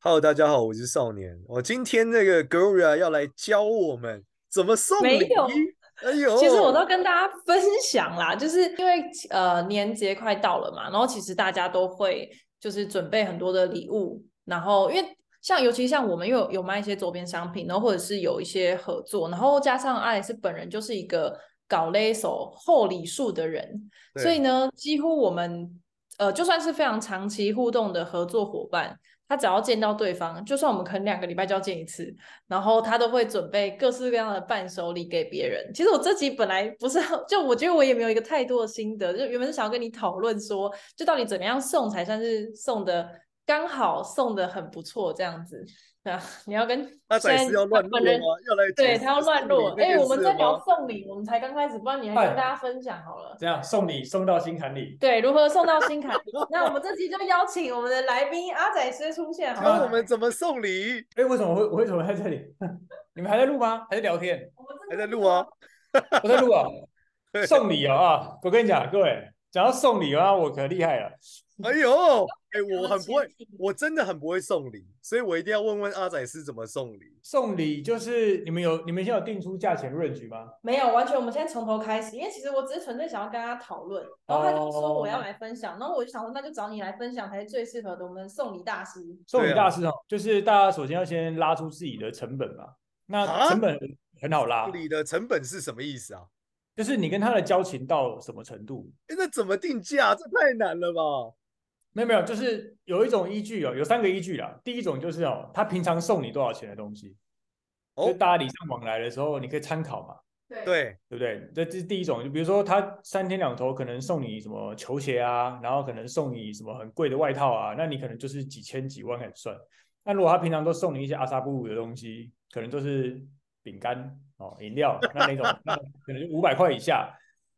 Hello，大家好，我是少年。我今天那个 Gloria 要来教我们怎么送没礼有仪。哎呦，其实我都跟大家分享啦，就是因为呃年节快到了嘛，然后其实大家都会就是准备很多的礼物，然后因为像尤其像我们又有有卖一些周边商品，然后或者是有一些合作，然后加上爱丽丝本人就是一个搞勒手厚礼数的人，所以对呢，几乎我们呃就算是非常长期互动的合作伙伴。他只要见到对方，就算我们可能两个礼拜就要见一次，然后他都会准备各式各样的伴手礼给别人。其实我这集本来不是要，就我觉得我也没有一个太多的心得，就原本是想要跟你讨论说，就到底怎么样送才算是送的刚好，送的很不错这样子。对啊， 你要跟阿仔现是在要乱本入人吗？要来对解他要释乱送入礼。那哎、件我们事在了聊吗送礼，我们才刚开始，不然你还哎跟大家分享好了。这样送礼送到心坎里。 对，如何送到心坎里？那我们这集就邀请我们的来宾阿仔师出现好教了。我们怎么送礼，哎，为什么我会我为什么在这里？ 你们还在录吗？还在聊天？我们这还集在录啊？我在录啊 对。送礼啊啊！我跟你讲，各位，讲到送礼啊，我可厉害了。哎呦，哎，我有很不会前，提我真的很不会送礼，所以我一定要问问阿仔是怎么送礼。送礼就是你们有你们现在有定出价钱 range 吗？没有，完全，我们现在从头开始，因为其实我只是纯粹想要跟他讨论，然后他就哦说我要来分享，然后我就想说那就找你来分享才是最适合的，我们送礼大师。送对礼啊大师哦，就是大家首先要先拉出自己的成本嘛。啊那成本很好拉，礼的成本是什么意思啊？就是你跟他的交情到什么程度？哎，那怎么定价？这太难了吧？没有没有，就是有一种依据哦，有三个依据啦。第一种就是哦，他平常送你多少钱的东西，哦就大家礼尚往来的时候，你可以参考嘛，对，对，对不对？这这是第一种，就比如说他三天两头可能送你什么球鞋啊，然后可能送你什么很贵的外套啊，那你可能就是几千几万开始算。那如果他平常都送你一些阿萨布鲁的东西，可能就是饼干哦、饮料那那种，那可能就五百块以下。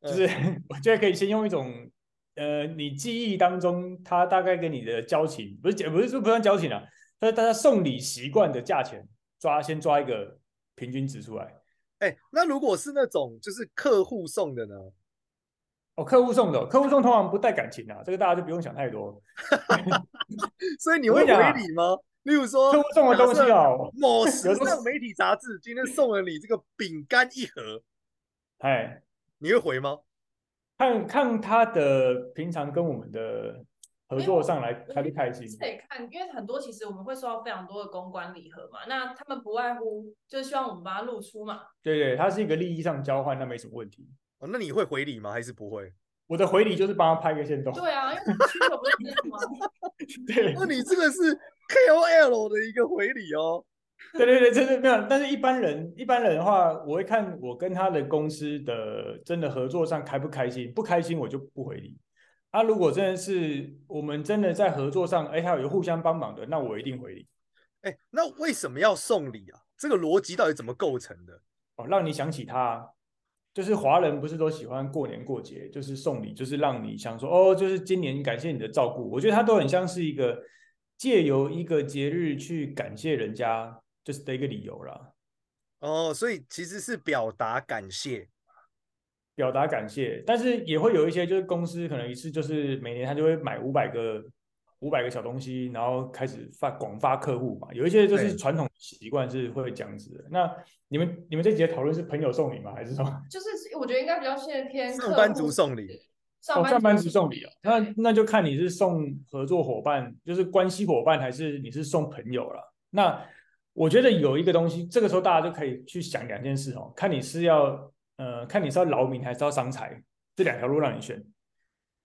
就是嗯 我觉得可以先用一种呃，你记忆当中他大概跟你的交情，不是不是说不算交情啊，但是大家送礼习惯的价钱抓先抓一个平均值出来。哎，那如果是那种就是客户送的呢？哦，客户送的哦，客户送通常不带感情啊，这个大家就不用想太多。所以你我会跟你讲回啊礼吗？例如说客户送的东西，假设哦，某时有时候尚媒体杂志今天送了你这个饼干一盒，哎，你会回吗？看看他的平常跟我们的合作上来开不开心。是得看，因为很多其实我们会收到非常多的公关礼盒嘛，那他们不外乎就是希望我们把它露出嘛。对对，它是一个利益上交换，那没什么问题。哦，那你会回礼吗？还是不会？我的回礼就是帮他拍个线动。对啊，因为我们需求不是这样吗？对，那你这个是 KOL 的一个回礼哦。 对对对，这是没有。但是一般人一般人的话，我会看我跟他的公司的真的合作上开不开心，不开心我就不回礼。啊，如果真的是我们真的在合作上，哎，还有互相帮忙的，那我一定回礼。哎，那为什么要送礼啊？这个逻辑到底怎么构成的？哦，让你想起他，就是华人不是都喜欢过年过节，就是送礼，就是让你想说，哦，就是今年感谢你的照顾。我觉得他都很像是一个借由一个节日去感谢人家，就是的一个理由啦。哦，所以其实是表达感谢。表达感谢，但是也会有一些就是公司可能一次就是每年他就会买五百个五百个小东西，然后开始发广发客户嘛。有一些就对是传统习惯是会这样子的。那你们你们这节讨论是朋友送礼吗？还是说 就是我觉得应该比较现偏上班族送礼，上哦班上班族送礼啊？那对那就看你是送合作伙伴，就是关系伙伴，还是你是送朋友了。那我觉得有一个东西，这个时候大家就可以去想两件事哦，看你是要呃看你是要劳民还是要伤财，这两条路让你选。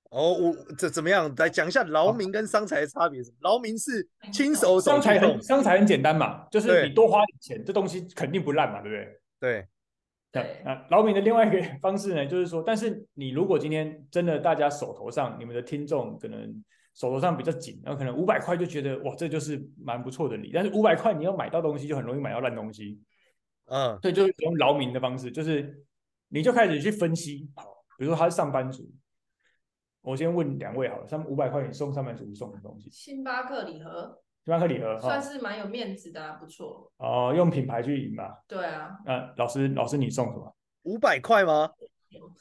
哦，嗯我这怎么样？来讲一下劳民跟伤财的差别是什么。劳民是亲手手哦伤去财动很，伤财很简单嘛，就是对你多花点钱，这东西肯定不烂嘛，对不对？对，那对那劳民的另外一个 方式呢，就是说，但是你如果今天真的大家手头上，你们的听众可能手头上比较紧，然后可能五百块就觉得哇，这就是蛮不错的礼，但是五百块你要买到东西就很容易买到烂东西，嗯对，就是用劳民的方式，就是你就开始去分析，好，比如说他是上班族，我先问两位好了，上五百块你送上班族送什么东西？星巴克礼盒星巴克礼盒哈算，是蛮有面子的、啊，不 错。哦，用品牌去赢吧。对啊，那、老师，老师你送什么？五百块吗？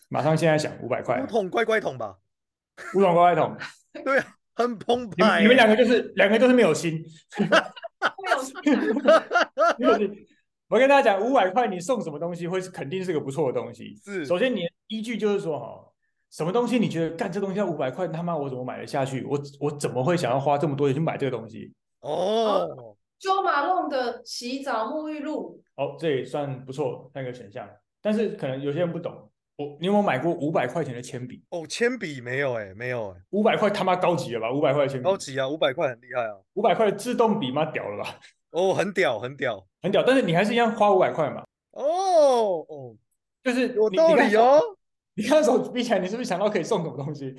马上现在想五百块五，桶乖乖桶吧，乌龙乖乖桶，对啊，很澎你湃欸。们你们两个就是两个就是没有心，会有这种 就是我跟大家讲，五百块你送什么东西会是肯定是个不错的东西。是首先你的依据就是说哈，什么东西你觉得干这东西要五百块，他妈我怎么买得下去？我我怎么会想要花这么多钱去买这个东西？哦， Jo Malone 的洗澡沐浴露，哦，这也算不错那个选项，但是可能有些人不懂。我你有没有买过五百块钱的铅笔？哦，铅笔没有哎、没有哎、五百块他妈高级了吧？五百块的铅笔高，级啊，五百块很厉害啊，五百块的自动笔妈屌了吧？哦，很屌，很屌，很屌，但是你还是一样花五百块嘛？哦哦，就是有你道理。哦，你看手比起来，你是不是想到可以送什么东西？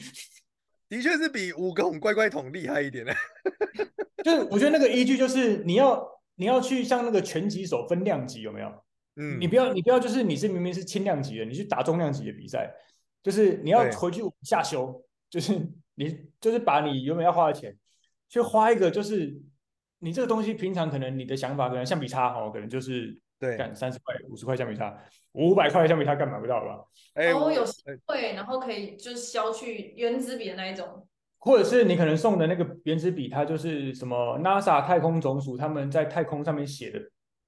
的确是比五个桶乖乖桶厉害一点、欸。 就是我觉得那个依据就是你要你要去像那个拳击手分量级有没有？嗯，你不要你不要就是你是明明是轻量级的，你去打重量级的比赛，就是你要对回去往下修，就是你就是把你原本要花的钱，去花一个就是你这个东西平常可能你的想法可能橡皮擦哦，可能就是对，干三十块五十块橡皮擦，五百块的橡皮擦干买不到吧？哎、然后我有实哎惠，然后可以就是削去原子笔的那一种。或者是你可能送的那个原子笔，它就是什么 NASA 太空总署他们在太空上面写的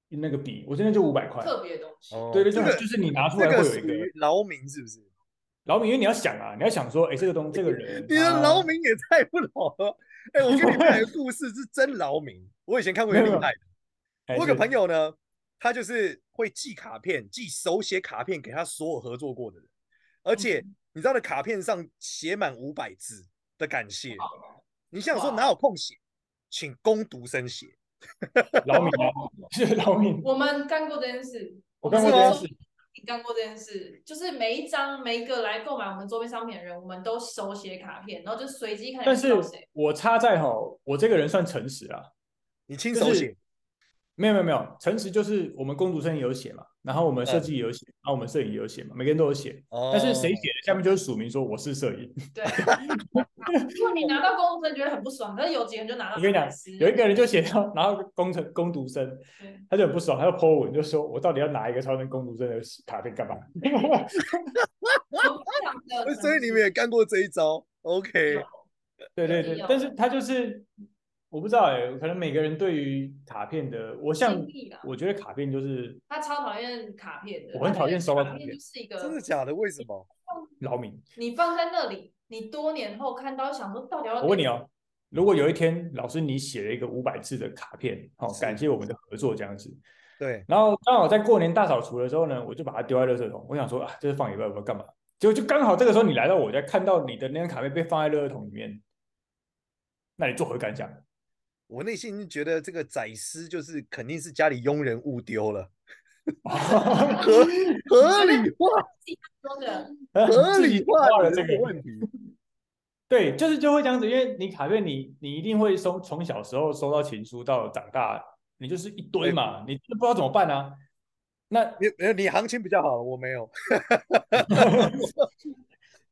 那个笔，我现在就五百块。特别的东西。哦对对，就这很个就是你拿出这来会个有属一个于劳民是不是？老米，因为你要想啊，你要想说，哎，这个东这个 人，啊你的他劳民也太不老了。哎、我跟你讲 一个故事，是真劳民。我以前看过一个没厉有害的，哎我有个是朋友呢，他就是会寄卡片，寄手写卡片给他所有合作过的人，而且嗯你知道的卡片上写满五百字的感谢。你想说哇哪有空写？请攻读生写。老米，啊 是老米，我们干过这件事，我们干过这这件是事，你干过这件事，就是每一张每一个来购买我们周边商品的人，我们都手写卡片，然后就随机看你但是是到谁。我插在哈，我这个人算诚实啦，你亲就手是写，没有没有没有，诚实就是我们工读生也有写嘛，然后我们设嗯计也有写，然后我们摄影也有写嘛，每个人都有写，但但是谁写的下面就是署名说我是摄影。 对，如果你拿到公司，觉得很不爽，但是有几个人就拿到我跟你讲公司有一个人就写到，然后工程工读生对，他就很不爽，他就 po 文就说：“我到底要拿一个超人工读生的卡 片干嘛？”我不想的 所以你们也干过这一招，OK？ 对没对对有，但是他就是我不知道哎、可能每个人对于卡片的，我像经历啦我觉得卡片就是他超讨厌卡片的，我很讨厌收到卡卡片就是一个真的假的？为什么？劳民。你放在那里，你多年后看到想说到底要我问你哦，如果有一天老师你写了一个五百字的卡片，好、是感谢我们的合作这样子，对，然后刚好在过年大扫除的时候呢，我就把它丢在垃圾桶，我想说啊，这是放礼拜五要干嘛？结果就刚好这个时候你来到我家，看到你的那张卡片被放在垃圾桶里面，那你作何感想？我内心就觉得这个宰师就是肯定是家里佣人误丢了，合合理化，说的合自己理化画了的这这个个问题。对，就是就会这样子，因为你卡片你你一定会收，从小时候收到情书到长大，你就是一堆嘛，你真的不知道怎么办啊。那你呃你行情比较好，我没 有，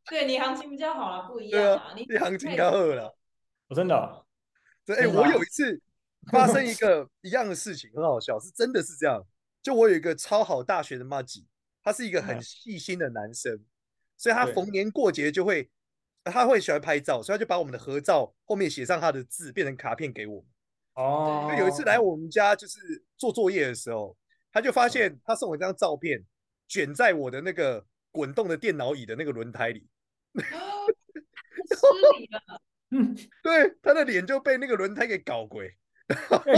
对你行情比较好啦，不一对样啊啊，你你行情较好了。我真的哦这哎，对我吧有一次发生一个一样的事情，很好笑，是真的是这样。就我有一个超好大学的妈吉，他是一个很嗯细心的男生，所以他对逢年过节就会，他会喜欢拍照，所以他就把我们的合照后面写上他的字，变成卡片给我们。哦就有一次来我们家就是做作业的时候，他就发现他送我一张照片，卷在我的那个滚动的电脑椅的那个轮胎里。失礼了。对，他的脸就被那个轮胎给搞鬼。哎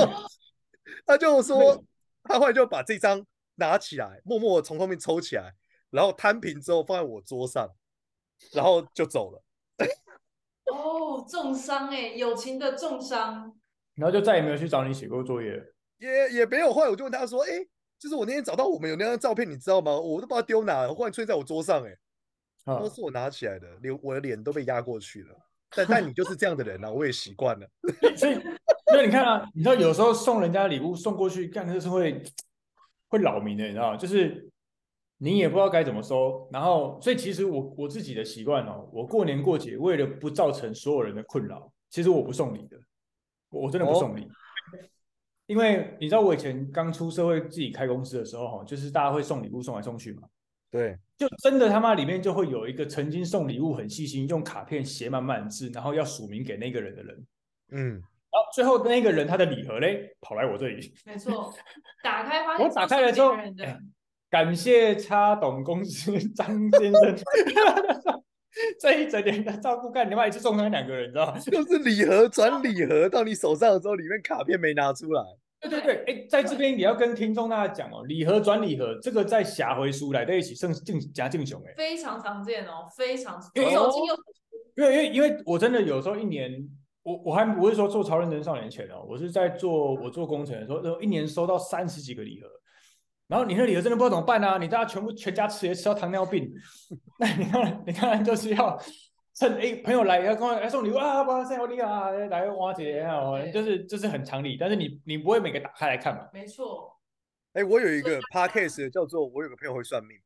他就说，他后来就把这张拿起来，默默地从后面抽起来，然后摊平之后放在我桌上，然后就走了。哦，重伤哎、友情的重伤。然后就再也没有去找你写过作业了。也也没有，后来我就问他说：“哎、就是我那天找到我们有那张照片，你知道吗？我都不知道丢哪了，忽然出现在我桌上、哎，啊都是我拿起来的，连我的脸都被压过去了。但但 你就是这样的人啊，我也习惯了。所以，所以你看啊，你知道有时候送人家礼物送过去，干这是会会扰民的，你知道吗？就是你也不知道该怎么收，然后所以其实我我自己的习惯哦，我过年过节为了不造成所有人的困扰，其实我不送礼的，我真的不送礼。因为你知道，我以前刚出社会自己开公司的时候，哈，就是大家会送礼物送来送去嘛，对，就真的他妈里面就会有一个曾经送礼物很细心，用卡片写满满字，然后要署名给那个人的人，嗯，然后最后那个人他的礼盒嘞跑来我这里，没 错，打开发我现打是开了别之后人的哎感谢差董公司张先生 这一整年的照顾，干你妈一次送他两个人，你知道 吗？就是礼盒转礼盒到你手上的时候，里面卡片没拿出来。对对对，哎，在这边也要跟听众大家讲哦，礼盒转礼盒，这个在侠回书来在一起，胜进夹进熊哎。非常常见哦，非常哎左手进右手因为因为因为我真的有时候一年，我我还不是说做超认真少年前哦，我是在做我做工程的时候，一年收到三十几个礼盒，然后你那礼盒真的不知道怎么办啊，你大家全部全家吃也吃到糖 尿病，那你看你看就是要趁哎、朋友来要跟我来送礼物啊，哇塞好厉害啊，来花姐啊，就是就是很常理，但是你你不会每个打开来看嘛，没错，哎、我有一 个 podcast 叫做“我有个朋友会算命”。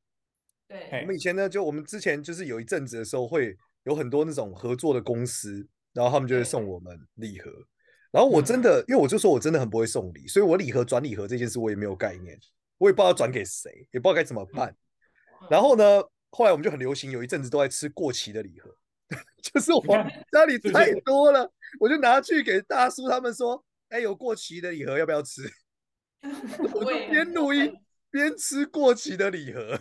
哎对，我们以前呢，就我们之前就是有一阵子的时候，会有很多那种合作的公司，然后他们就会送我们礼盒。然后我嗯真的，因为我就说我真的很不会送礼，所以我礼盒转礼盒这件事我也没有概念，我也不知道转给谁，也不知道该怎么办。嗯然后呢，后来我们就很流行，有一阵子都在吃过期的礼盒， 就是 我你看家里是不太是多了，我就拿去给大叔他们说：“哎，有过期的礼盒要不要 吃？” 我就对边录音边吃过期的礼盒。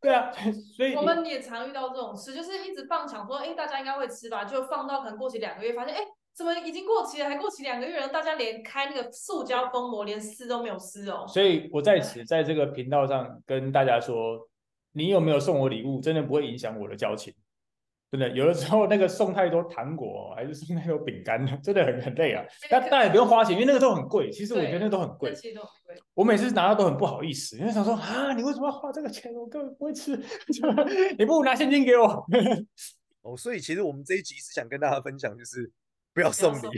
对啊，所以你我们也常遇到这种事，就是一直放想说，哎，大家应该会吃吧，就放到可能过期两个月，发现哎，诶怎么已经过期了，还过期两个月了？大家连开那个塑胶封膜，连撕都没有撕哦。所以我在此在这个频道上跟大家说，你有没有送我礼物，真的不会影响我的交情。真的，有的时候那个送太多糖果还是送太多饼干， 真的很很累啊。但但也不用花钱，因为那个都很贵。其实我觉得那都很贵那，其实都很贵。我每次拿到都很不好意思，因为想说啊，你为什么要花这个钱？我根本不会吃， 你不如拿现金给我。 哦，所以其实我们这一集是想跟大家分享，就是不要送礼送。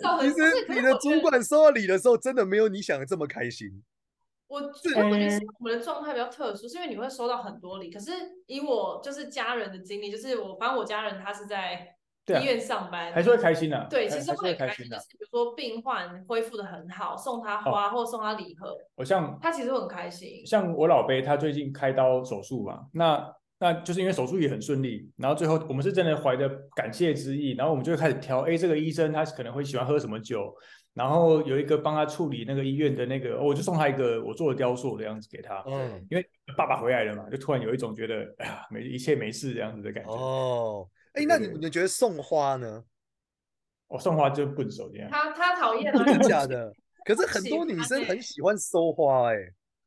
造 其成不是实可你是的我觉主得管收到礼的时候，真的没有你想的这么开心。我觉得嗯我觉得是我们的状态比较特殊，是因为你会收到很多礼。可是以我就是家人的经历，就是我反正我家人他是在对啊医院上班，还是会开心的、啊，对，还其实还是会会开开心心，的、哦就是比如说病患恢复的很好，送他花或送他礼盒，我像他其实会很开心。像我老伯他最近开刀手术嘛，那那就是因为手术也很顺利，然后最后我们是真的怀着感谢之意，然后我们就会开始挑，哎，这个医生他可能会喜欢喝什么酒，然后有一个帮他处理那个医院的那个，我就送他一个我做的雕塑的样子给他，嗯，因为爸爸回来了嘛，就突然有一种觉得哎呀没一切没事这样子的感觉。哦，哦，哎、对那对你你觉得送花呢？送花就笨手这样，他他讨厌真的啊，假的？可是很喜多女欢生欸很喜欢收花、欸，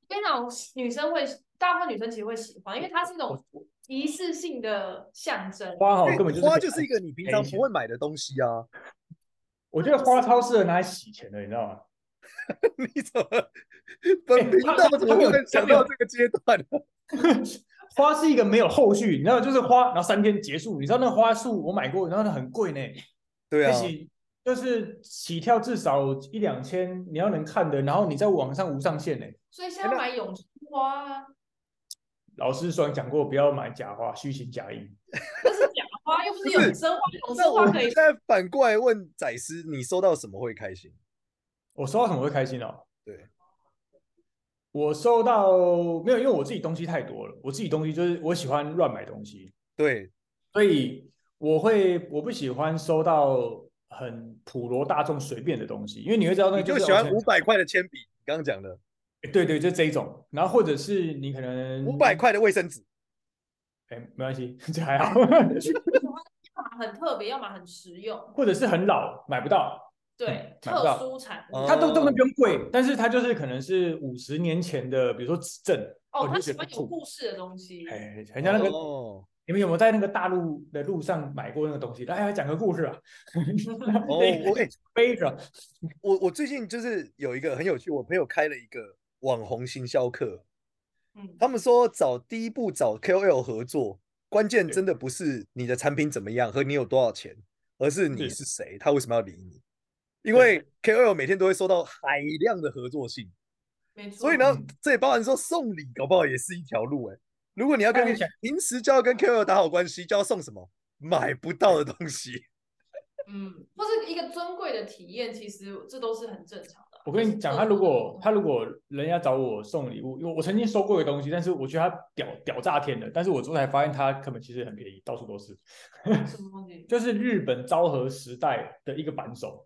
非常女生会，大部分女生其实会喜欢，因为它是一种我仪式性的象征。花哦因为根本就是花可以就是一个你平陪常一下不会买的东西啊。 我觉得花超适合拿来洗钱的，你知道吗？你怎么本欸频哎他道他怎么没有会他想没有到这个阶段？花是一个没有后续，你知道，就是花，然后三天结束。你知道那个花束我买过，然后那很贵呢，对而啊，且就是起跳至少一两千，你要能看的，然后你在网上无上限呢。欸所以现在买永春花啊，老师虽然讲过不要买假花，虚情假意。这是假花，又不是不是永生花，永那生我花们可以现在反过来问宰师，你收到什么会开心？我收到什么会开心哦？对，我收到没有，因为我自己东西太多了，我自己东西就是我喜欢乱买东西，对，所以我会我不喜欢收到很普罗大众随便的东西，因为你会知道那你就是喜欢哦五百块的铅笔，你刚刚讲的对对，就这一种。然后或者是你可能五百，块的卫生纸。哎，没关系，这 还好。要么很特别，要么很实用，或者是很老买不到，对，嗯买不到嗯特殊产物。哦它都都不用贵，但是它就是可能是五十年前的，比如说纸证哦，我他就觉喜得欢不有错故事的东西。哎，很像那个，哦你们有没有在那个大陆的路上买过那个东西？来，讲个 故事啊。 哦，背我哎、背着，我我最近就是有一个很有趣，我朋友开了一个网红行销课，嗯，他们说找第一步找 KOL 合作，关键真的不是你的产品怎么样和你有多少钱，而是你对是谁，他为什么要理你？因对为 KOL 每天都会收到海量的合作信，没错。所以呢，这也包含说送礼，搞不好也是一条路哎、如果你要跟哎你平时就要跟 KOL 打好关系，就要送什么买不到的东西。嗯，或是一个尊贵的体验，其实这都是很正常的啊。我跟你讲，他如果他如果人家找我送礼物，因为我曾经收过一个东西，但是我觉得他屌屌炸天的，但是我之后才发现他根本其实很便宜，到处都是，什么东西？就是日本昭和时代的一个扳手，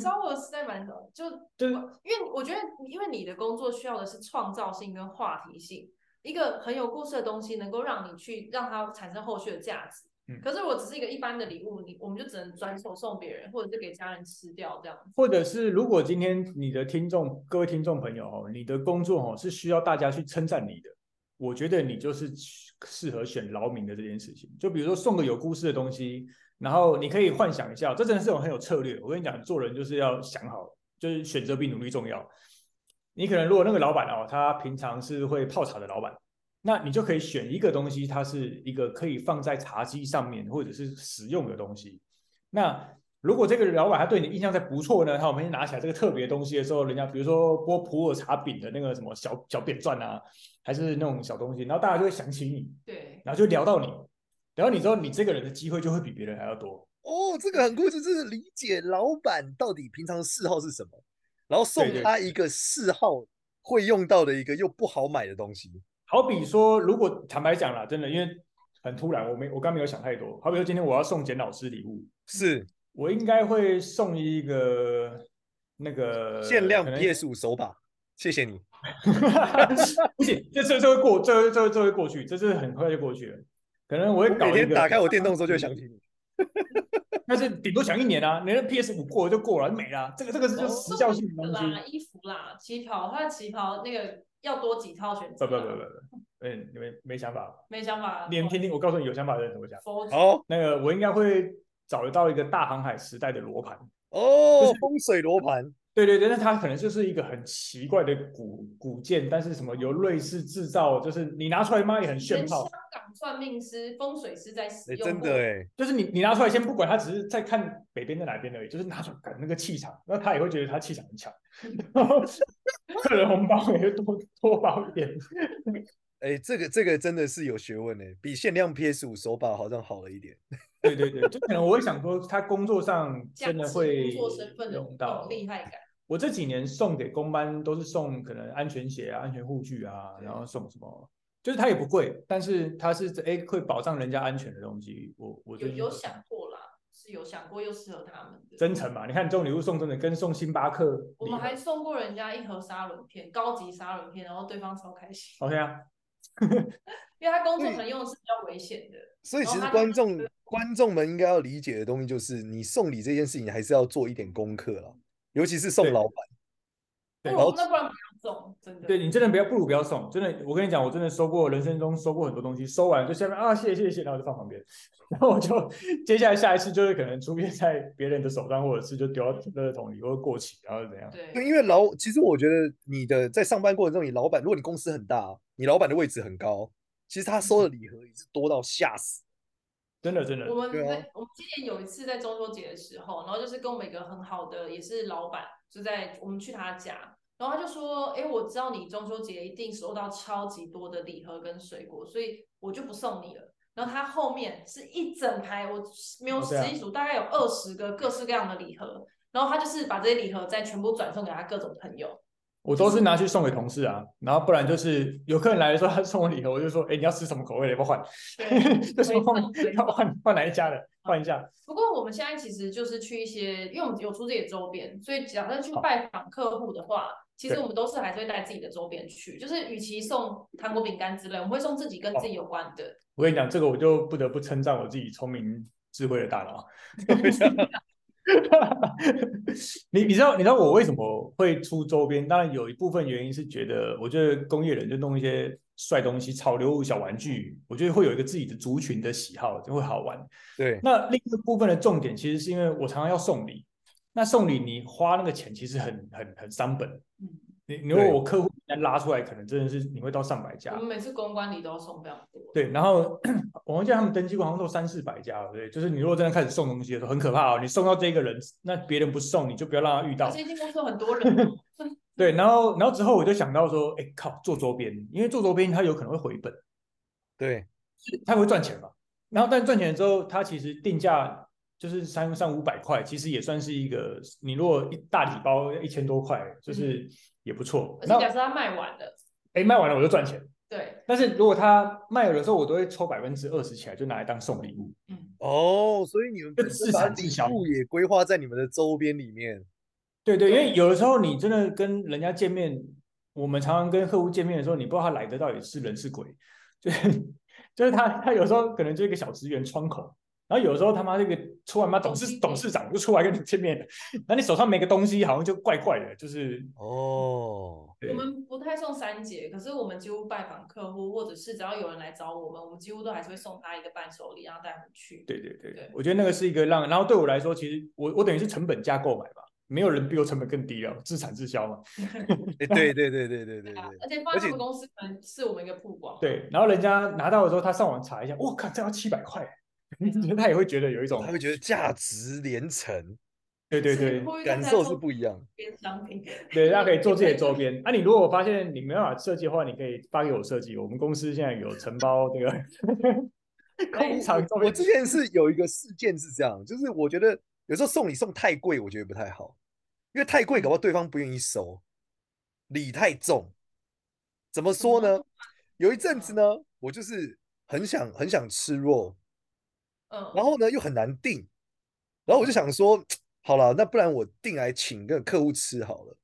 招我实在蛮少， 就就是因为我觉得，因为你的工作需要的是创造性跟话题性，一个很有故事的东西，能够让你去让它产生后续的价值。嗯可是如果只是一个一般的礼物，你我们就只能转手送别人，或者是给家人吃掉这样子。或者是如果今天你的听众各位听众朋友哦，你的工作哦是需要大家去称赞你的，我觉得你就是适合选劳民的这件事情。就比如说送个有故事的东西，然后你可以幻想一下，这真的是种很有策略。我跟你讲，做人就是要想好，就是选择比努力重要。你可能如果那个老板哦，他平常是会泡茶的老板，那你就可以选一个东西，它是一个可以放在茶几上面或者是使用的东西。那如果这个老板他对你印象在不错呢，他我们拿起来这个特别东西的时候，人家比如说剥普洱茶饼的那个什么小小扁钻啊，还是那种小东西，然后大家就会想起你，对，然后就聊到你，聊到你之后，你这个人的机会就会比别人还要多。哦，这个很酷，就是理解老板到底平常的嗜好是什么，然后送对对他一个嗜好会用到的一个又不好买的东西。好比说，如果坦白讲啦，真的因为很突然，我没我刚没有想太多。好比说今天我要送简老师礼物，是我应该会送一个那个限量呃可能 PS 五手把，谢谢你。不行，这这这会过，这这这会过去，这是很快就过去了。可能我会我搞每一个，天打开 我电动的时候就会想起你。但是顶多想一年啊，你的 PS 五过了就过了，就没了啊。这个这个是就哦时效性的东西。啦，衣服啦，旗袍，他的旗袍那个要多几套选择不啊。不不不不，嗯，你们没想法。没想法。你们听听，我告诉你有想法的人怎么讲。佛祖好那个我应该会找到一个大航海时代的罗盘。哦，风水罗盘，对对对，那它可能就是一个很奇怪的古古建，但是什么由瑞士制造，就是你拿出来妈也很炫全炮香。港算命师、风水师在使哎，用真过的哎，就是你你拿出来先不管，他只是在看北边在哪边而已，就是拿出来赶那个气场，那他也会觉得他气场 很强，然后客人红包也会多多包一点。哎，这个这个真的是有学问哎，比限量 PS 五手把好像好了一点。对对对，就可能我会想说，他工作上价真的值会工作身份的用那到种厉害感。我这几年送给公班都是送可能安全鞋啊、安全护具啊，然后送什么，就是它也不贵，但是它是哎会保障人家安全的东西。我我有最近有想过啦，是有想过又适合他们的。真诚嘛？你看这种礼物送真的跟送星巴克，我们还送过人家一盒沙轮片，高级沙轮片，然后对方超开心， OK 啊，因为他工作可能用的是比较危险的。所以哦然其后他实就观是众观众们应该要理解的东西就是，你送礼这件事情还是要做一点功课啦，尤其是送对老板。不对如然后那不然不要送，真的。对你真的不要，不如不要送。真的，我跟你讲，我真的收过人生中收过很多东西，收完就下面啊，谢谢谢谢，然后就放旁边， 然后我就接下来下一次就是可能出现在别人的手上，或者是就丢到垃圾桶里，或者过期，然后怎样？对，对，因为老，其实我觉得你的在上班过程中，你老板，如果你公司很大，哦你老板的位置很高，其实他收的礼盒也是多到吓死。真的真的哦我，们对啊在我们今年有一次在中秋节的时候，然后就是跟我们一个很好的也是老板，就在我们去他家，然后他就说：“哎，我知道你中秋节一定收到超级多的礼盒跟水果，所以我就不送你了。”然后他后面是一整排，我没有哦十对啊一数，大概有二十个各式各样的礼盒。然后他就是把这些礼盒再全部转送给他各种朋 友，我都是拿去送给同事啊，然后不然就是有客人来的时候，他送我礼盒，我就说，哎，你要吃什么口味的，要不要换？ 就说换对要换换哪一家的，换一下。不过我们现在其实就是去一些，因为我们有出自己的周边，所以假设去拜访客户的话，其实对我们都是还是会带自己的周边去，就是与其送糖果、饼干之类，我们会送自己跟哦自己有关的。我跟你讲，这个我就不得不称赞我自己聪明智慧的大脑。 你你知道你知道我为什么会出周边？当然有一部分原因是觉得，我觉得工业人就弄一些帅东西、潮流物、小玩具，我觉得会有一个自己的族群的喜好，就会好玩。对，那另一个部分的重点，其实是因为我常常要送礼，那送礼你花那个钱其实很很很伤本。嗯你你如对果我客户单拉出来，可能真的是你会到上百家我。们每次公关礼都要送非常多。对，然后 我忘记他们登记过，好像都三四百家了，对，就是你如果真的开始送东西的时候，很可怕哦。你送到这个人，那别人不送，你就不要让他遇 到而。且一间公司有很多人哦，对，然后然后之后我就想到说，哎靠，做周边，因为做周边它有可能会回本，对，是它会赚钱嘛。然后但赚钱之后，它其实定价就是三三五百块，其实也算是一个，你如果一大礼包一千多块，就是也不错。嗯而且那假设它卖完了，哎卖完了我就赚钱，对，但是如果它卖了之后，我都会抽百分之二十起来，就拿来当送礼物。哦，所以你们就本身市把场礼营销物也规划在你们的周边里面，对对，因为有的时候你真的跟人家见面，我们常常跟客户见面的时候，你不知道他来的到底是人是鬼，就是就是他他有时候可能就一个小职员窗口，然后有时候他妈这个出来妈董事董事长就出来跟你见面了，那你手上没个东西，好像就怪怪的，就是哦，对我们不太送三节，可是我们几乎拜访客户，或者是只要有人来找我们，我们几乎都还是会送他一个伴手礼，然后带回去。对对对对，我觉得那个是一个让，然后对我来说，其实我我等于是成本价购买吧，没有人比我成本更低了，自产自销嘛。哎，对对对对对对啊对，而且放在而且他们公司可能是我们一个曝光。对，然后人家拿到的时候，他上网查一下，我靠，这要七百块， 他也会觉得有一种他会觉得价值连城，对对所以对呼吁大感家受送是不一样。边商品， 对，大家可以做自己的周边。那、啊你如果发现你没办法设计的话，你可以发给我设计。我们公司现在有承包 这个哎工厂周我边，之前是有一个事件是这样，就是我觉得有时候送礼送太贵，我觉得不太好，因为太贵，搞不好对方不愿意收，礼太重。怎么说哦呢？有一阵子呢，我就是很想很想吃肉，嗯，然后呢又很难订，然后我就想说，好了，那不然我订来请个客户吃好了，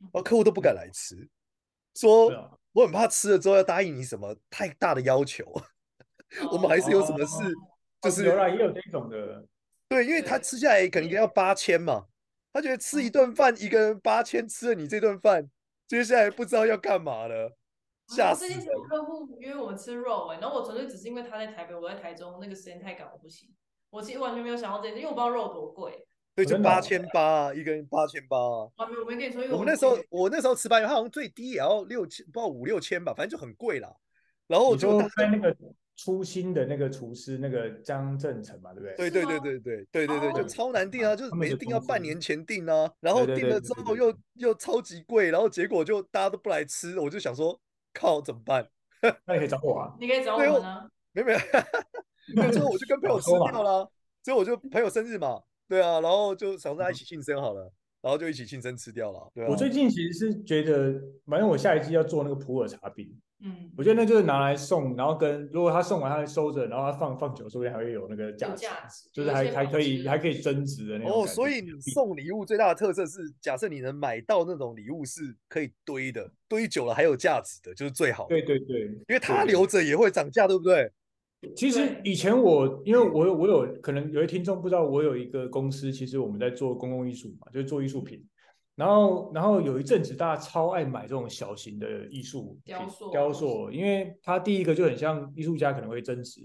然后客户都不敢来吃，对啊说我很怕吃了之后要答应你什么太大的要求，哦我们还哦是有什么事就是有啦，也有这种的。对，因为他对吃下来可能要八千嘛，他觉得吃一顿饭一个人八千，吃了你这顿饭，接下来不知道要干嘛了，吓我死最近是有人！客户约我们吃肉哎、然后我纯粹只是因为他在台北，我在台中，那个时间太赶，我不行。我其实完全没有想到这件事，因为我不知道肉多贵。对，就真的哦八千八，一个人八千八。啊我还没有，我没跟你说，因为我们那时候，我那时候吃白饭，他好像最低也要六千，不知道五六千吧，反正就很贵啦。然后你就就大，跟那个初心的那个厨师那个张正成嘛，对不对对？对吗对对对对对对，就哦超难订啊，就是他们没的订要工半资年前订啊，然后对对订对了对之对后对又又超级贵，然后结果就大家都不来吃，我就想说，靠，怎么办？那你可以找我啊。你可以找我对们啊。没有 没有，没有，最后我就跟朋友吃早说嘛嗯掉了啊，最后我就朋友生日嘛，对啊，然后就想说一起庆生好了，然后就一起庆生吃掉了，对啊我，最近其实是觉得，反正我下一季要做那个普洱茶饼，嗯，我觉得那就是拿来送，然后跟如果他送完他收着，然后他放放久，说不定还会有那个价有值，价值，就是有一还些还保可以值还可以增值的那种感哦，觉。所以你送礼物最大的特色是，假设你能买到那种礼物是可以堆的，堆久了还有价值的，就是最好的，对对对，因为它对留着也会涨价，对不对？其实以前我，因为嗯我有我有可能有些听众不知道，我有一个公司，其实我们在做公共艺术嘛，就是做艺术品。然后，然后有一阵子大家超爱买这种小型的艺术品雕塑啊雕塑，因为它第一个就很像艺术家可能会增值，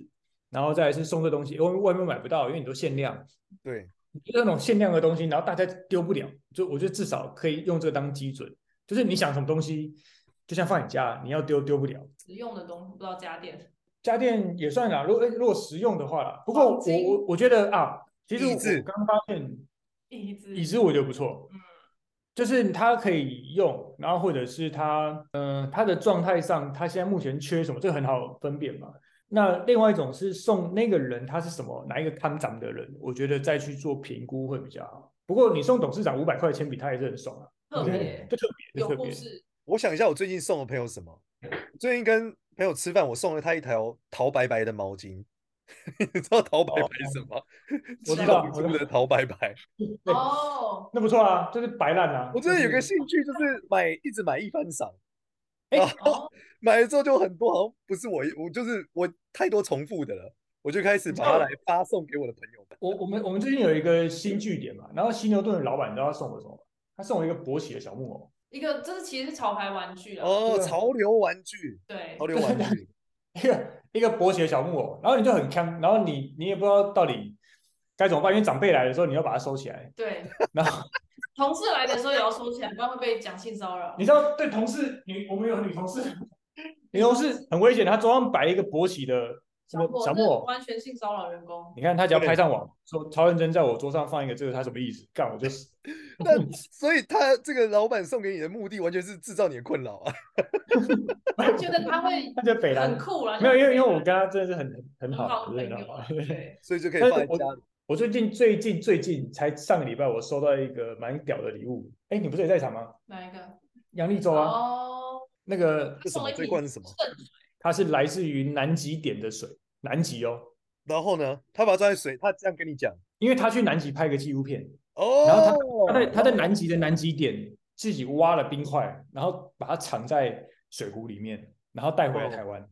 然后再来是送这东西，外外面买不到，因为你都限量，对，就那种限量的东西，然后大家丢不了，就我觉得至少可以用这个当基准，就是你想什么东西，就像放你家，你要丢丢不了，实用的东西，不知道家电。家电也算啦，如果如果实用的话啦。不过黄我金我我觉得啊，其实椅我子刚发现椅子，椅子我觉得不错，嗯就是它可以用，然后或者是它嗯、呃它的状态上，它现在目前缺什么，这个很好分辨嘛。那另外一种是送那个人他是什么哪一个看长的人，我觉得再去做评估会比较好。不过你送董事长五百块铅笔，他也是很爽啊，特对别就特别有就特故别。事，我想一下，我最近送了朋友什么？最近跟朋友吃饭，我送了他一条陶白白的毛巾， 你知道陶白白是什么？哦七我知老道我珠知道的陶白白。对哦，那不错啊，就是白烂啊。我真的有就个是兴趣，就是买一直买一番赏，哎然后哦买了之后就很多，好像不是我，我就是我太多重复的了，我就开始把哦它来发送给我的朋友们。我我们我们最近有一个新据点嘛，然后犀牛顿的老板你知道他送我什么吗？他送我一个勃起的小木偶，一个这是其实是潮牌玩具啊，哦，对啊潮流玩具，对潮，流玩 具，一个一个勃起的小木偶，然后你就很坑，然后你你也不知道到底该怎么办，因为长辈来的时候你要把它收起来，对，然后 同事来的时候也要收起来，不然会被讲性骚扰你。知道 对同事女我们有女同事，女同事很危险，她桌上摆一个勃起的小我莫小这莫完全性骚扰员 工，你看他只要对拍上网，说超认真在我桌上放一个这个，他什么意思？干我就死。那所以他这个老板送给你的目的，完全是制造你的困扰啊。他觉得他会他就北很兰，酷啦，没有，因为因为我们跟他真的啊是很很很很好，好的朋真的很友好啊，。 对，所以就可以但放是在我家里。我最近最近最近才上个礼拜，我收到一个蛮屌的礼物。哎，你不是也在场吗？哪一个？杨立洲啊，哦，那个这什么送一这瓶罐是什么圣水它是来自于南极点的水，南极哦，然后呢，他把它装在水，他这样跟你讲因为他去南极拍个纪录片，哦。后他在他在南极的南极点自己挖了冰块，然后把它藏在水壶里面，然后带哦回来台湾。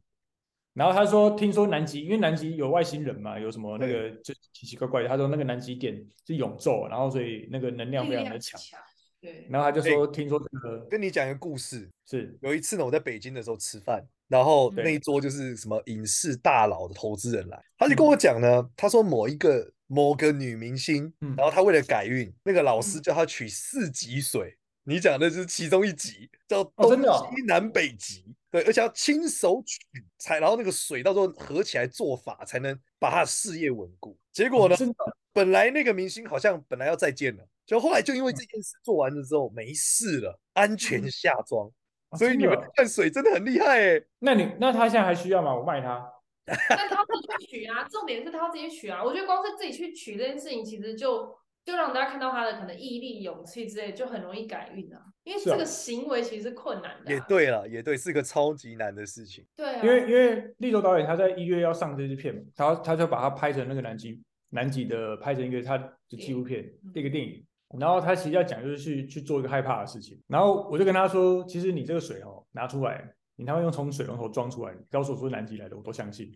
然后他说，听说南极，因为南极有外星人嘛，有什么那个就奇奇怪怪的。他说那个南极点是永昼，然后所以那个能量力非常量的很强。强，对，然后他就说，听说这个跟你讲一个故事，是有一次呢，我在北京的时候吃饭，然后那对一桌就是什么影视大佬的投资人来，他就跟嗯我讲呢，他说某一个某个女明星，嗯然后她为了改运，那个老师叫她取四级水，你讲的就是其中一集叫哦东真的哦西南北极，对，而且要亲手取才，然后那个水到时候合起来做法才能把她的事业稳固。结果呢，哦真的本来那个明星好像本来要再见了，就后来就因为嗯这件事做完了之后没事了，安全下装。哦所以真你们的灌水真的很厉害哎、那你那他现在还需要吗？我卖他。但他自己去取啊，重点是他自己取啊。我觉得光是自己去取这件事情，其实就就让大家看到他的可能毅力、勇气之类，就很容易改运啊。因为是这啊个行为其实是困难的、也啊，对了，也对，是个超级难的事情。对啊，因为因为立州导演他在一月要上这支片嘛，然后他就把它拍成那个南极南极的拍成一个他的纪录片嗯一个电影，然后他其实要讲就是去去做一个害怕的事情，然后我就跟他说，其实你这个水哦拿出来，你他会用从水龙头装出来，你告诉我说南极来的，我都相信。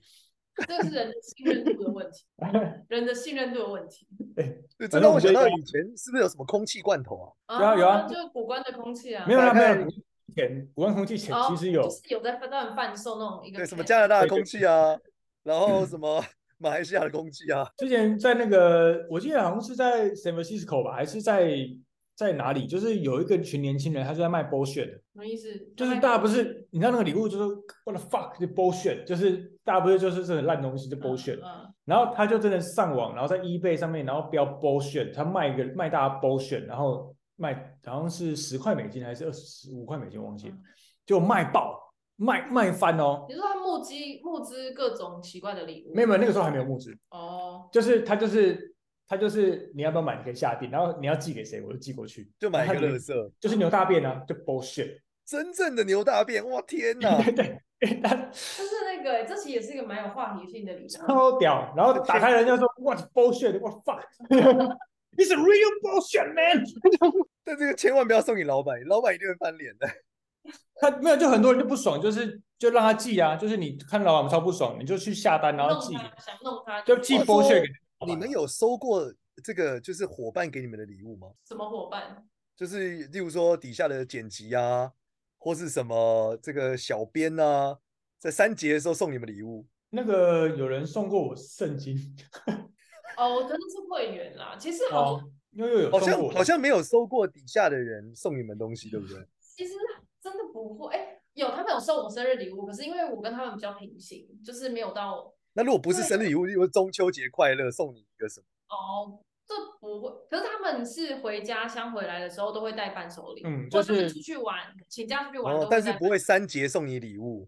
这是人的信任度的问题，人的信任度的问题。对，这反正让哎我我觉想得到以前是不是有什么空气罐头啊？有啊有啊哦就是古关的空气啊，没有啦，没大有概啦前古玩空气前哦，其实有就是有在他们贩售那种一个对，什么 can 加拿大的对对空气啊，然 后什么马来西亚的空气啊，之前在那个，我记得好像是在 San Francisco 吧，还是在在哪里？就是有一个群年轻人，他就在卖 bullshit 的，什么意思？就是大家不是你知道那个礼物就是 what the fuck 就 bullshit，就是大家不是就是这种烂东西就嗯 bullshit，、嗯然后他就真的上网，然后在 eBay 上面，然后标 bullshit，他卖一个卖大家 bullshit，然后卖好像是十块美金还是二十五块美金，忘记了嗯，就卖爆卖卖翻哦你，说他募集募资各种奇怪的礼物？没有没有那个时候还没有募资，哦，就是他就是他就是你要不要买你可以下定，然后你要寄给谁我就寄过去，就买一然个后他 乐色。就是牛大便啊，嗯就 bullshit， 真正的牛大便，哇天哪！对对，因为他就是那个，这其实也是一个蛮有话题性的礼物。超屌，然后打开人家说 what bullshit what fuck。It's a real bullshit, man！但这个千万不要送给老板，老板一定会翻脸的。他没有，就很多人就不爽，就是就让他寄啊，就是你看老板超不爽，你就去下单，然后寄弄给，他，想弄他，就寄我 bullshit 给老板啊你们有收过这个就是伙伴给你们的礼物吗？什么伙伴？就是例如说底下的剪辑啊，或是什么这个小编啊，在三节的时候送你们礼物。那个有人送过我圣经，哦，真的是会员啦。其实好像，哦，悠悠有好送过像我好像没有收过底下的人送你们东西，对不对？其实真的不会。哎，有他们有送我生日礼物，可是因为我跟他们比较平行，就是没有到那如果不是对生日礼物，就是中秋节快乐送你一个什么？哦，这不会。可是他们是回家乡回来的时候都会带伴手礼，嗯或就者是出去玩，请假出去玩都哦会，但是带不会三节送你礼物。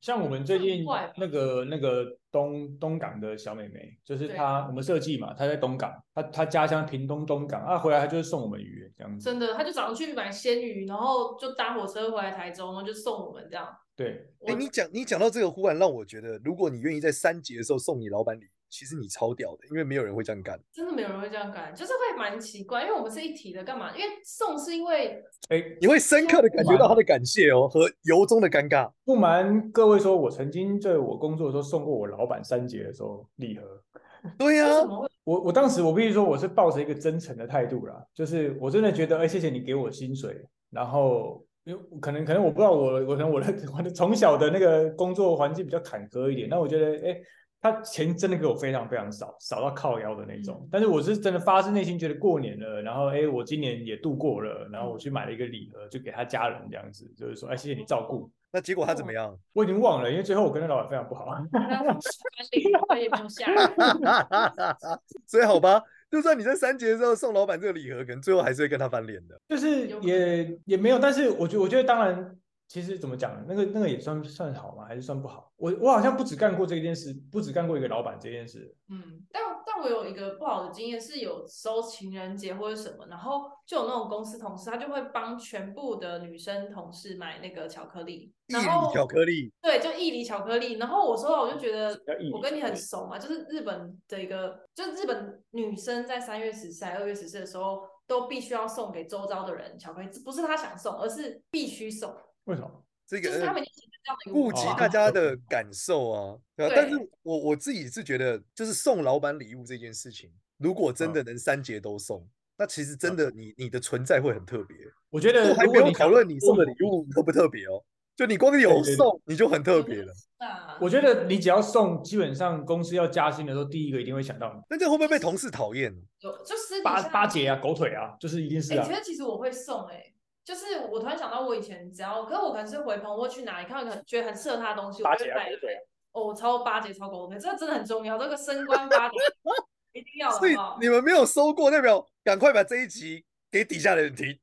像我们最近怪吧那个那个东东港的小妹妹，就是对她，我们设计嘛，她在东港，她她家乡屏东东港啊，回来她就是送我们鱼这样子。真的，他就早上去买鲜鱼，然后就搭火车回来台中，然后就送我们这样。对，我哎，你讲你讲到这个，忽然让我觉得，如果你愿意在三节的时候送你老板礼物，其实你超屌的，因为没有人会这样干。真的没有人会这样干，就是会蛮奇怪，因为我们是一体的，干嘛？因为送是因为哎，你会深刻的感觉到他的感谢哦，和由衷的尴尬。不瞒各位说，我曾经在我工作的时候送过我老板三节的时候礼盒。对啊为呀、什么会我我当时我必须说，我是抱着一个真诚的态度啦，就是我真的觉得，哎，谢谢你给我薪水，然后因为可能可能我不知道我我可能我的我的从小的那个工作环境比较坎坷一点，那我觉得，哎，他钱真的给我非常非常少，少到靠腰的那种。但是我是真的发自内心觉得过年了，然后哎，我今年也度过了，然后我去买了一个礼盒，就给他家人这样子，就是说哎，谢谢你照顾。那结果他怎么样？ 我已经忘了，因为最后我跟那老板非常不好。啊那管理我也没有下来。所以好吧，就算你在三节的时候送老板这个礼盒，可能最后还是会跟他翻脸的。就是有可也也没有，但是我觉我觉得，当然，其实怎么讲，那个那个也算算好吗？还是算不好？我我好像不止干过这件事，不止干过一个老板这件事。嗯，但但我有一个不好的经验是，有时候情人节或者什么，然后就有那种公司同事，他就会帮全部的女生同事买那个巧克力，一然礼后巧克力，对，就一梨巧克力。然后我收到，我就觉得要一我礼跟巧你克很力熟嘛，就是日本的一个，就是日本女生在三月十四、二月十四的时候，都必须要送给周遭的人巧克力，不是她想送，而是必须送，为什么？这就个呃是他们呃已经形成这样的一个顾文及哦化大家好的感受啊，对吧？但是我我自己是觉得，就是送老板礼物这件事情，如果嗯真的能三节都送，那其实真的你你的存在会很特别。我觉得我还嗯如不果用你讨想论你送的礼物特不特别哦，就你光有对对送你就很特别了。啊我觉得你只要送，基本上公司要加薪的时候，第一个一定会想到你。那这会不会被同事讨厌呢？有就私底八下八节啊，狗腿啊，就是一定是哎、啊其。实其实我会送哎、就是我突然想到，我以前只要，可是我可能是回朋友去哪里看到一个很觉得很适合他的东西，我八就节会啊，买狗来。腿啊。哦，我超巴结，超狗腿，这个真的很重要，这个升官发达 一定要的，所以好不你们没有收过，代表赶快把这一集给底下的人 听。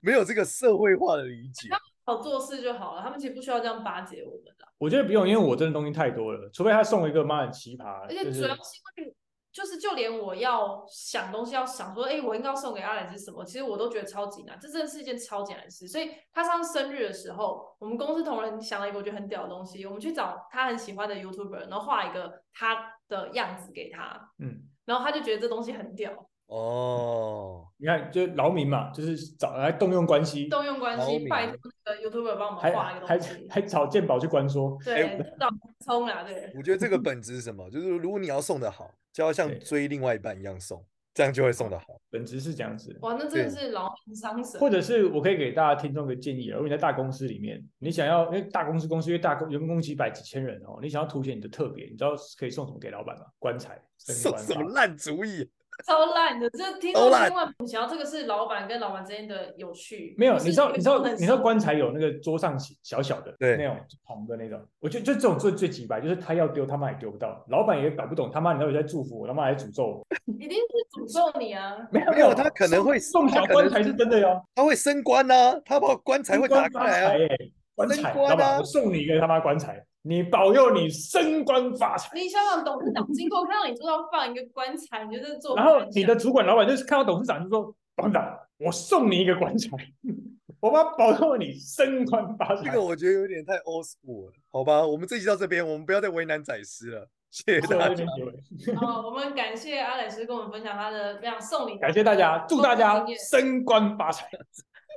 没有这个社会化的理解，好好做事就好了。他们其实不需要这样巴结我们的，啊我觉得不用，因为我真的东西太多了，除非他送一个妈很奇葩，而且就主是要是因为。就是就连我要想东西，要想说，哎、我应该要送给阿兰是什么？其实我都觉得超级难，这真的是一件超级难的事。所以他上次生日的时候，我们公司同仁想了一个我觉得很屌的东西，我们去找他很喜欢的 YouTuber，然后画一个他的样子给他，嗯，然后他就觉得这东西很屌，哦，你看，就是劳民嘛，就是找来动用关系，动用关好系明拜托那个 YouTuber 帮我还们画一个还东西，还找鉴宝去关说。哎对，让冲啦，对，我觉得这个本质是什么？就是如果你要送的好，就要像对哦追另外一半一样送，这样就会送的好。本质是这样子。哇，那真的是劳民伤神，或者是我可以给大家听众一个建议啊，如果你在大公司里面，你想要因为大公司公司因为大公员工公司几百几千人哦，你想要凸显你的特别，你知道可以送什么给老板吗？棺材、升送官什么发烂主意？超烂的，这听超说烂千万不想要这个是老板跟老板之间的有趣，没有，不是你知道，个你知道，不能你知道送棺材有那个桌上小小的，对那种铜的那种，我觉得就这种最最几百，就是他要丢，他妈也丢不到，老板也搞不懂，他妈你到底在祝福我，他妈还诅咒我，一定是诅咒你啊！没有没有，他可能送会送他小可棺能材是真的哟，他会升官呐、他把棺材会打棺开来啊发财。耶棺材，升官老板，啊我送你一个他妈棺材，你保佑你升官发财。你想想，董事长经过看到你桌上放一个棺材，你就在做。然后你的主管老板就是看到董事长就说：“董事长，我送你一个棺材， 我把保佑你升官发 财。”这个我觉得有点太 old school 了，好吧？我们这集到这边，我们不要再为难宰师了，谢谢最大后一家点。结尾好，哦我们感谢阿磊师跟我们分享他 的非常送礼的感谢大家，祝大送家礼经验升官发财。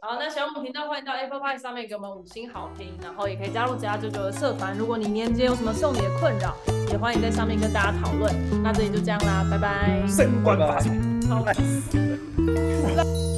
好，那喜欢我们频道，欢迎到 Apple Pie 上面给我们五星好评，然后也可以加入家九九的社团。如果你年节有什么送礼的困扰，也欢迎在上面跟大家讨论。那这里就这样啦，拜拜。 升官发财。好烂死了